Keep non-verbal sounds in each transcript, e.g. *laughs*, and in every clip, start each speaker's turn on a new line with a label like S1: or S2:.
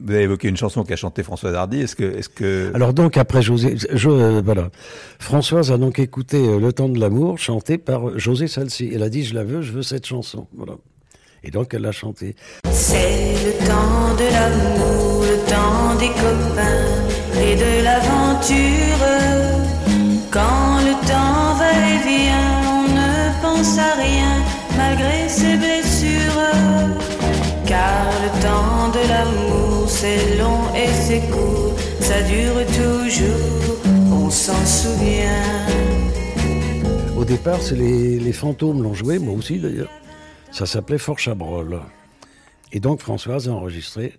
S1: Vous avez évoqué une chanson qu'a chantée Françoise Hardy. Est-ce que, est-ce que
S2: Alors donc après José, je, euh, voilà, Françoise a donc écouté euh, Le temps de l'amour chanté par José Salsi. Elle a dit je la veux, je veux cette chanson. Voilà. Et donc elle l'a chantée.
S3: C'est le temps de l'amour, le temps des copains et de l'aventure. Quand le temps va et vient, on ne pense à rien malgré ses blessures. Car le temps de l'amour, c'est long et c'est court, ça dure toujours, on s'en souvient.
S2: Au départ, c'est les, les fantômes l'ont joué, moi aussi d'ailleurs. Ça s'appelait Fort Chabrol. Et donc Françoise a enregistré.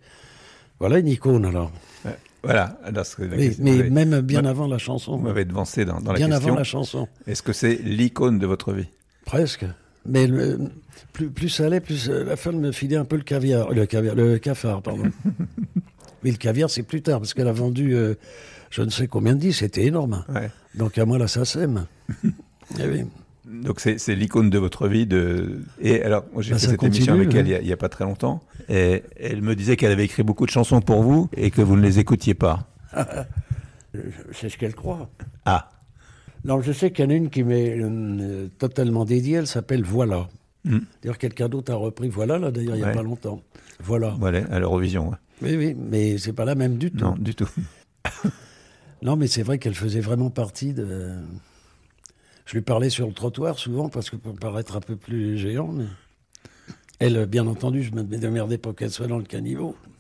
S2: Voilà une icône alors.
S1: euh, voilà, alors, c'est la
S2: Mais,
S1: question.
S2: mais
S1: Vous avez-
S2: même bien
S1: vous-
S2: avant la chanson.
S1: Vous m'avez devancé dans, dans la
S2: bien
S1: question.
S2: avant la chanson.
S1: Est-ce que c'est l'icône de votre vie
S2: Presque. Mais le- plus, plus ça allait, plus euh, la femme me filait un peu le caviar, le caviar, le
S1: *laughs*
S2: cafard, pardon. Mais le caviar, c'est plus tard parce qu'elle a vendu, euh, je ne sais combien de dix, c'était énorme.
S1: Ouais.
S2: Donc à moi là, ça
S1: *laughs*
S2: sème. Eh oui.
S1: Donc c'est c'est l'icône de votre vie. De... Et alors, moi j'ai
S2: Bah,
S1: fait
S2: ça
S1: cette émission
S2: continue,
S1: avec elle
S2: hein.
S1: il y a- il n'y a, pas très longtemps. Et elle me disait qu'elle avait écrit beaucoup de chansons pour vous et que vous ne les écoutiez pas.
S2: C'est ce qu'elle croit.
S1: Ah,
S2: Non, je sais qu'il y en a une qui m'est euh, totalement dédiée. Elle s'appelle Voilà. D'ailleurs, quelqu'un d'autre a repris Voilà là. D'ailleurs, il n'y a
S1: Hmm. Ouais.
S2: pas longtemps. Voilà.
S1: voilà, à l'Eurovision. ouais.
S2: Oui, oui, mais c'est pas la même du tout.
S1: Non, du tout.
S2: Non, mais c'est vrai qu'elle faisait vraiment partie de. Je lui parlais sur le trottoir souvent parce que pour paraître un peu plus géant, mais. Elle, bien entendu, je me démerdais pour qu'elle soit dans le caniveau.